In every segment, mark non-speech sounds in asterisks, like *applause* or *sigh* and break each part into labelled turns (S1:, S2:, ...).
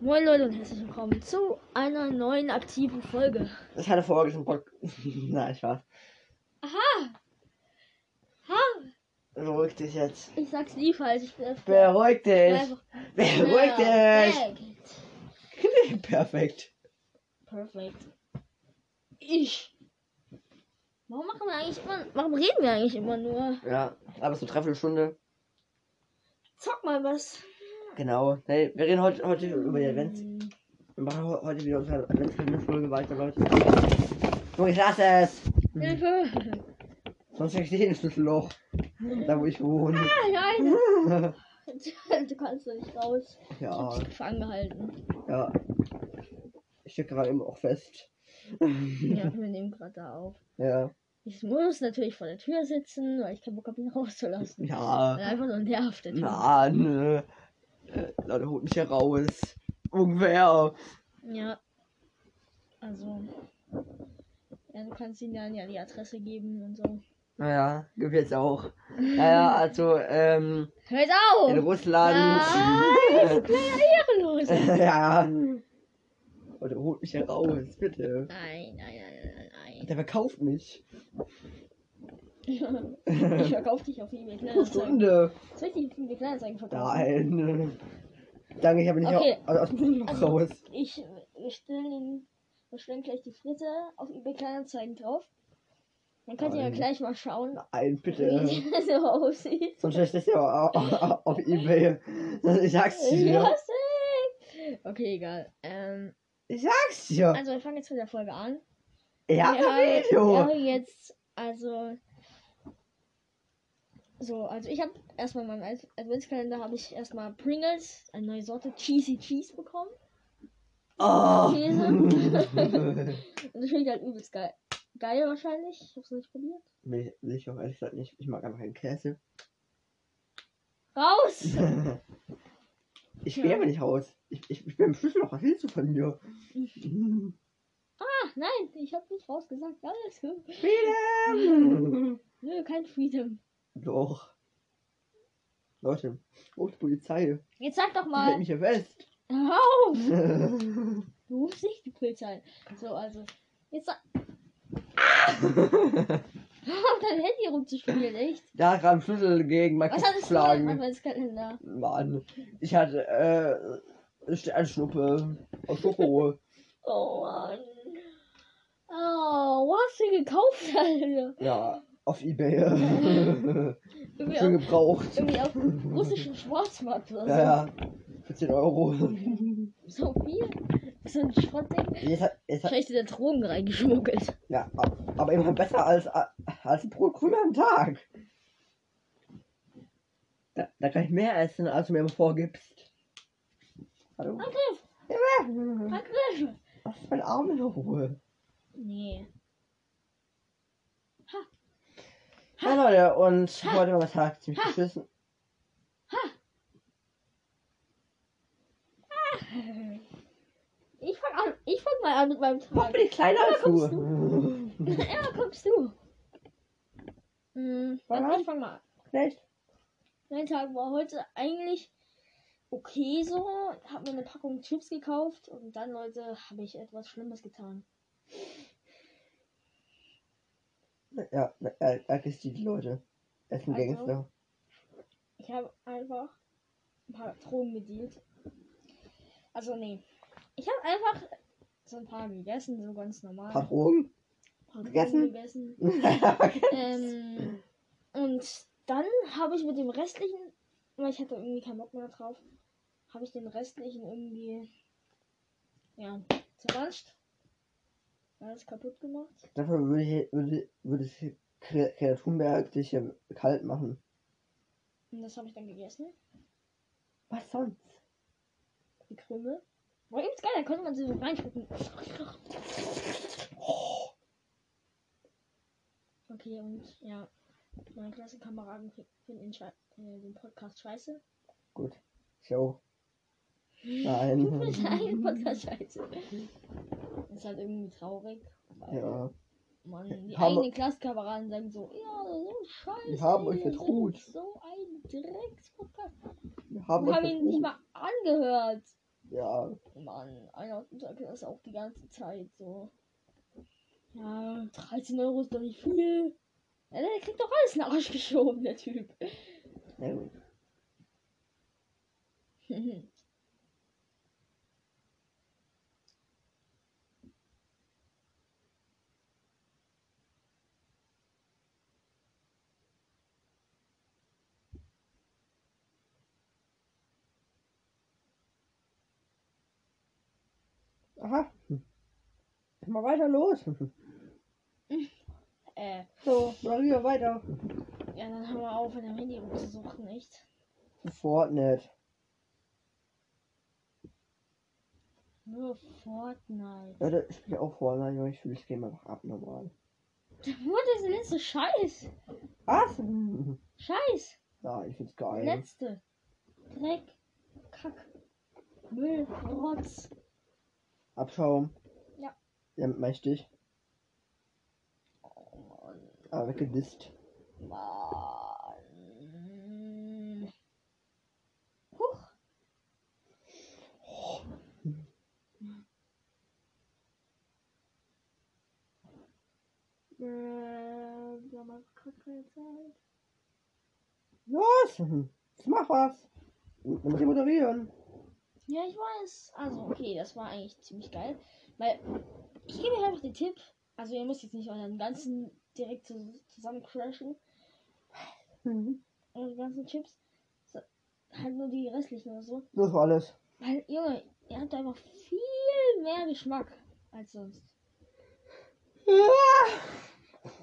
S1: Moin Leute und herzlich willkommen zu einer neuen aktiven Folge.
S2: Ich hatte vorher schon Bock. *laughs* Nein, Spaß.
S1: Ha!
S2: Beruhig dich jetzt.
S1: Ich sag's nie falsch. Ich bin einfach-
S2: Beruhig
S1: bin
S2: dich.
S1: einfach
S2: Beruhig dich.
S1: perfekt.
S2: *laughs* Perfekt.
S1: Perfekt. Ich. Warum machen wir eigentlich immer. Warum reden wir eigentlich immer nur?
S2: Ja, aber so dreiviertel Stunde.
S1: Zock mal was.
S2: Genau. Nee, wir reden heute, heute über die Advents. Wir machen heu- heute wieder unsere Adventskalender-Folge weiter, Leute. Junge, ich lasse es.
S1: Hilfe!
S2: Sonst verstehe ich den Schlüsselloch. Da, wo ich wohne. *laughs*
S1: Ah, nein! Du kannst da nicht raus. Ich hab
S2: ja,
S1: dich gefangen gehalten.
S2: ja. Ich stecke gerade eben auch fest.
S1: Ja, wir nehmen gerade da auf.
S2: Ja.
S1: Ich muss natürlich vor der Tür sitzen, weil ich keinen Bock habe, ihn rauszulassen.
S2: Ja.
S1: Weil er einfach nur nervt. der Typ.
S2: Mann. Äh, Leute, holt mich hier raus. Irgendwer.
S1: Ja. Also. Ja, du kannst ihnen dann ja die Adresse geben und so.
S2: Naja, gibt jetzt auch. Naja, also, ähm,
S1: Hört
S2: in
S1: *laughs* auf!
S2: Russland.
S1: Oh, Nein, Ehrenlos! Nein,
S2: *laughs* ja. Leute, holt mich hier raus, bitte.
S1: nein, nein, nein,
S2: Der verkauft mich.
S1: nein. *laughs* Ich verkaufe dich auf eBay
S2: Pro
S1: Kleinanzeigen.
S2: Stunde.
S1: Soll ich dich auf eBay Kleinanzeigen verkaufen?
S2: Nein. Danke, ich habe nicht
S1: Okay.
S2: au- aus, aus dem Schlüsselloch
S1: Also-
S2: raus.
S1: Ich, wir stellen den, wir stellen gleich die Fritte auf eBay Kleinanzeigen drauf. Dann könnt ihr ja
S2: Nein.
S1: gleich mal schauen,
S2: Nein, bitte.
S1: wie *laughs* die so aussieht.
S2: Sonst stelle ich das ja au- au- au- auf Ebay. Ich sag's dir.
S1: Ja, sick. Okay, egal. Ähm,
S2: Ich sag's dir.
S1: also wir fangen jetzt mit der Folge an.
S2: Ja,
S1: wir
S2: Video.
S1: haben halt, jetzt, also. So, also ich habe erstmal in meinem Ad- Adventskalender habe ich erstmal Pringles, eine neue Sorte Cheesy Cheese bekommen.
S2: Oh.
S1: Käse. Und das finde ich halt übelst geil. Geil wahrscheinlich. Ich habe es nicht probiert.
S2: *laughs* Nee, will ich auch ehrlich gesagt nicht. Ich mag einfach keinen Käse.
S1: Raus!
S2: Ich
S1: Ja.
S2: will aber nicht raus. Ich, ich, ich bin im Schlüsselloch. Was willst du von mir?
S1: Hm. Ach nein, ich habe nicht rausgesagt. Alles gut.
S2: Freedom!
S1: Nö, kein Freedom.
S2: Hm. Doch. Leute, oh, die Polizei.
S1: Jetzt sag doch
S2: Die hält
S1: mal.
S2: mich hier fest.
S1: Hör auf!
S2: Nein,
S1: Du rufst nicht die Polizei. So, also. Jetzt sag. *laughs* Hör auf dein Handy rumzuspielen, echt?
S2: da kam ein Schlüssel gegen meinen
S1: Was
S2: Kopf
S1: hattest du denn im
S2: geschlagen.
S1: Adventskalender?
S2: Mann, ich hatte, äh, Sternschnuppe aus Schoko.
S1: Oh Mann. Oh, wo hast du den gekauft, *laughs* Alter?
S2: ja, auf Ebay. Schön
S1: Irgendwie auf,
S2: gebraucht.
S1: irgendwie auf dem russischen Schwarzmarkt oder so.
S2: Ja, ja. 14 Euro.
S1: So viel? So ein Schrottding.
S2: Jetzt hat, jetzt hat,
S1: Vielleicht hat der Drogen reingeschmuggelt.
S2: ja, ab- aber immer besser als, als ein Brot Krümel am Tag. Da, da kann ich mehr essen, als du mir immer vorgibst. Hallo?
S1: Angriff!
S2: Ja.
S1: Angriff!
S2: Lass meinen Arm in Ruhe.
S1: Nee.
S2: Ja, Leute, und heute war mein Tag ziemlich beschissen.
S1: Ich fang, an, ich fang mal an mit meinem
S2: Warum
S1: Tag.
S2: bin ich kleiner als
S1: kommst
S2: du?
S1: Ja, kommst du. Hm,
S2: Fang an.
S1: dann ich fang mal an.
S2: *laughs* Schlecht.
S1: Mein Tag war heute eigentlich okay so. Hab mir eine Packung Chips gekauft und dann, Leute, habe ich etwas Schlimmes getan.
S2: Ja, er, er ist die Leute. Er ist ein
S1: Also?
S2: Gangster.
S1: Ich habe einfach ein paar Drogen gedealt. Also, nee. Ich habe einfach so ein paar gegessen, so ganz normal.
S2: Paar Drogen? *laughs*
S1: Ein paar
S2: gegessen?
S1: Drogen gegessen. Ähm, und dann habe ich mit dem restlichen, weil ich hatte irgendwie keinen Bock mehr drauf, habe ich den restlichen irgendwie, ja, zerwanscht. Alles kaputt gemacht.
S2: Dafür würde ich, würde, würde ich Kre- Kreaturenberg dich hier kalt machen.
S1: Und das habe ich dann gegessen.
S2: Was sonst?
S1: Die Krümel. War übelst geil, da konnte man sie so reinschlucken. Okay, und ja, meine Klassenkameraden fi- finden den, Schei- äh, den Podcast
S2: *laughs*
S1: scheiße.
S2: Gut. Show.
S1: Ich
S2: Nein.
S1: finde den Podcast scheiße. Ist halt irgendwie traurig. weil
S2: ja.
S1: Man, die
S2: Haben-
S1: eigenen Klassenkameraden sagen so, ja, so scheiße.
S2: Wir haben euch
S1: ihr seid
S2: betrut."
S1: So ein Dreckspodcast.
S2: Wir
S1: Wir
S2: haben
S1: haben ihn nicht
S2: uns
S1: mal angehört.
S2: Ja.
S1: Mann, einer aus unserer Klasse auch die ganze Zeit so. Ja, 13 Euro ist doch nicht viel. Ja, der kriegt doch alles in den Arsch geschoben, der Typ. *laughs*
S2: Na gut. Aha. Hm. Mal weiter los.
S1: äh,
S2: So, mal wieder weiter.
S1: ja, dann haben wir auf, in dem Handy rumzusuchen, echt.
S2: Fortnite.
S1: Nur Fortnite.
S2: Leute, ich spiele auch Fortnite, aber ich fühle das Game einfach abnormal.
S1: Wo ist der letzte Scheiß?
S2: Was? Hm.
S1: Scheiß!
S2: Ja, ich find's geil.
S1: Letzte. Dreck. Kack. Müll. Rotz.
S2: Abschaum.
S1: Ja.
S2: Damit mächtig.
S1: Oh Mann.
S2: Aber weggedisst.
S1: Mann. Huch. Äh, wir haben mal kurz keine Zeit.
S2: Los! Hm. Jetzt mach was! Dann muss ich moderieren.
S1: Ja, ich weiß. Also, okay, das war eigentlich ziemlich geil. Weil ich gebe euch einfach den Tipp. Also, ihr müsst jetzt nicht euren ganzen direkt zu, zusammen crashen. Mhm.
S2: Hm.
S1: Eure ganzen Chips. So, halt nur die restlichen oder so.
S2: Das war alles.
S1: Weil, Junge, ihr habt einfach viel mehr Geschmack als sonst.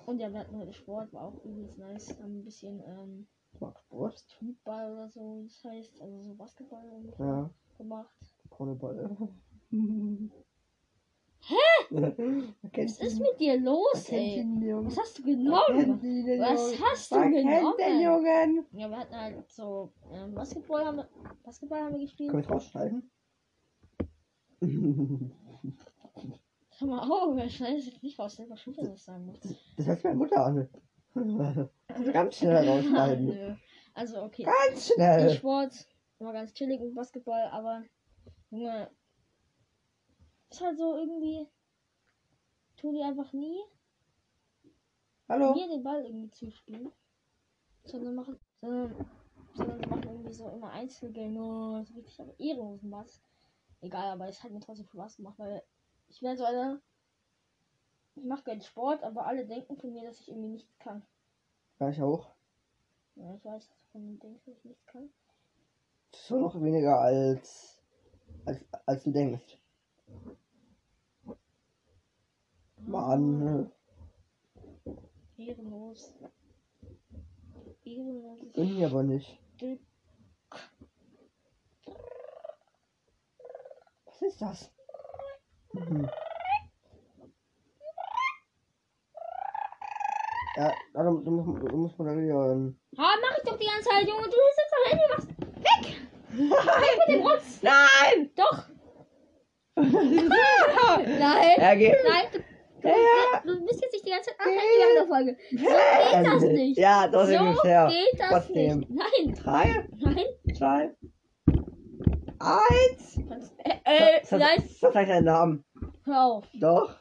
S1: Und ja, wir hatten heute Sport, war auch übelst nice. Haben ein bisschen ähm,
S2: Max Brust.
S1: Streetball oder so, das heißt, also so Basketball und so
S2: Ja,
S1: gemacht.
S2: Volleyball. Hä?
S1: Was ist mit dir los,
S2: Kennt
S1: ey?
S2: ihn, Junge.
S1: Was hast du genommen?
S2: Kennt ihn, den
S1: Was
S2: Jungen.
S1: hast du
S2: Man kennt den
S1: genommen?
S2: Jungen.
S1: Ja, wir hatten halt so ähm, Basketball, haben wir, Basketball haben wir gespielt.
S2: Können wir es rausschneiden?
S1: *laughs* Schau mal oh, auf, wir schneiden es jetzt nicht raus, selber schuld, dass ich das sagen muss.
S2: Das hört sich meine Mutter an.
S1: Also
S2: Ganz schnell rausschneiden.
S1: *laughs* Nö. also, okay.
S2: Ganz
S1: Im
S2: schnell.
S1: Sport war ganz chillig und Basketball, aber Junge, ist halt so irgendwie, tun die einfach nie,
S2: Hallo.
S1: mir den Ball irgendwie zuspielen, sondern machen, sondern, sondern die machen irgendwie so immer Einzelgänge, und so richtig aber ehrenlosen was. Egal, aber es hat mir trotzdem Spaß gemacht, weil ich wäre so einer, ich mache gerne Sport, aber alle denken von mir, dass ich irgendwie nichts kann.
S2: Ja, ich auch.
S1: Ja, ich weiß, dass von mir denken, dass ich nichts kann.
S2: So noch weniger als, als, als du denkst. Mann.
S1: Ehrenlos. Ehrenlos.
S2: Bin ich aber nicht. Was ist das? Mhm. Ja, also, du, musst, du musst moderieren.
S1: Ah, mach ich doch die ganze Zeit, Junge. Du sitzt jetzt am Handy, machst. Weg! Weg mit dem Rotz!
S2: Nein! *laughs*
S1: Doch! Nein!
S2: Ergebnis!
S1: Nein! Du, du,
S2: Ja.
S1: du bist jetzt nicht die ganze Zeit am Handy während der Folge. So geht das nicht!
S2: Ja, das ist
S1: so
S2: fair.
S1: geht das
S2: Trotzdem.
S1: nicht! Nein!
S2: Drei,
S1: Nein!
S2: zwei, eins.
S1: Kannst- Äh, äh,
S2: das,
S1: nein!
S2: das, das hat keinen Namen.
S1: Hör auf!
S2: Doch.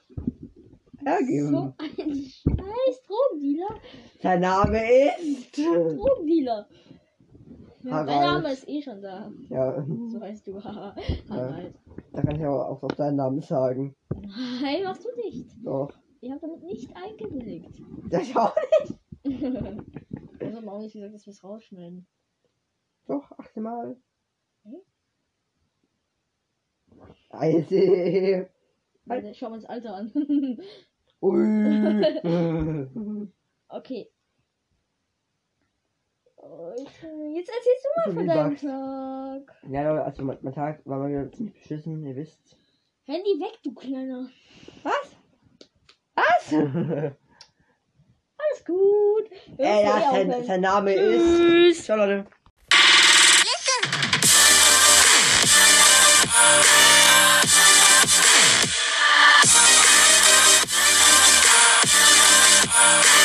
S1: So
S2: Ergeben.
S1: ein scheiß Drogendealer!
S2: Sein Name ist.
S1: Äh, Drogendealer! Ja,
S2: Harald.
S1: mein Name ist eh schon da.
S2: Ja, *laughs*
S1: So heißt du. *laughs* Harald.
S2: da kann ich aber auch noch deinen Namen sagen.
S1: Nein, machst du nicht.
S2: Doch.
S1: Ich habe damit nicht eingewilligt.
S2: Das auch
S1: *laughs*
S2: *laughs*
S1: Also haben auch nicht gesagt, dass wir es rausschneiden.
S2: Doch, achte mal.
S1: Hm?
S2: *laughs* Eise.
S1: Also, schauen wir uns Alter an. *laughs*
S2: Ui.
S1: okay. Oh, ich- Jetzt erzählst du mal
S2: Ich
S1: von
S2: bin
S1: deinem
S2: die Bugs.
S1: Tag.
S2: *laughs* ja, Leute, also mein, mein Tag war mal wieder ziemlich beschissen, ihr wisst.
S1: Handy weg, du Kleiner.
S2: Was? *laughs* Was? Ey,
S1: Alles gut. Wir müssen eh
S2: ja, sein,
S1: aufhören.
S2: sein Name ist.
S1: Tschüss.
S2: Ciao, Leute.
S3: Listen.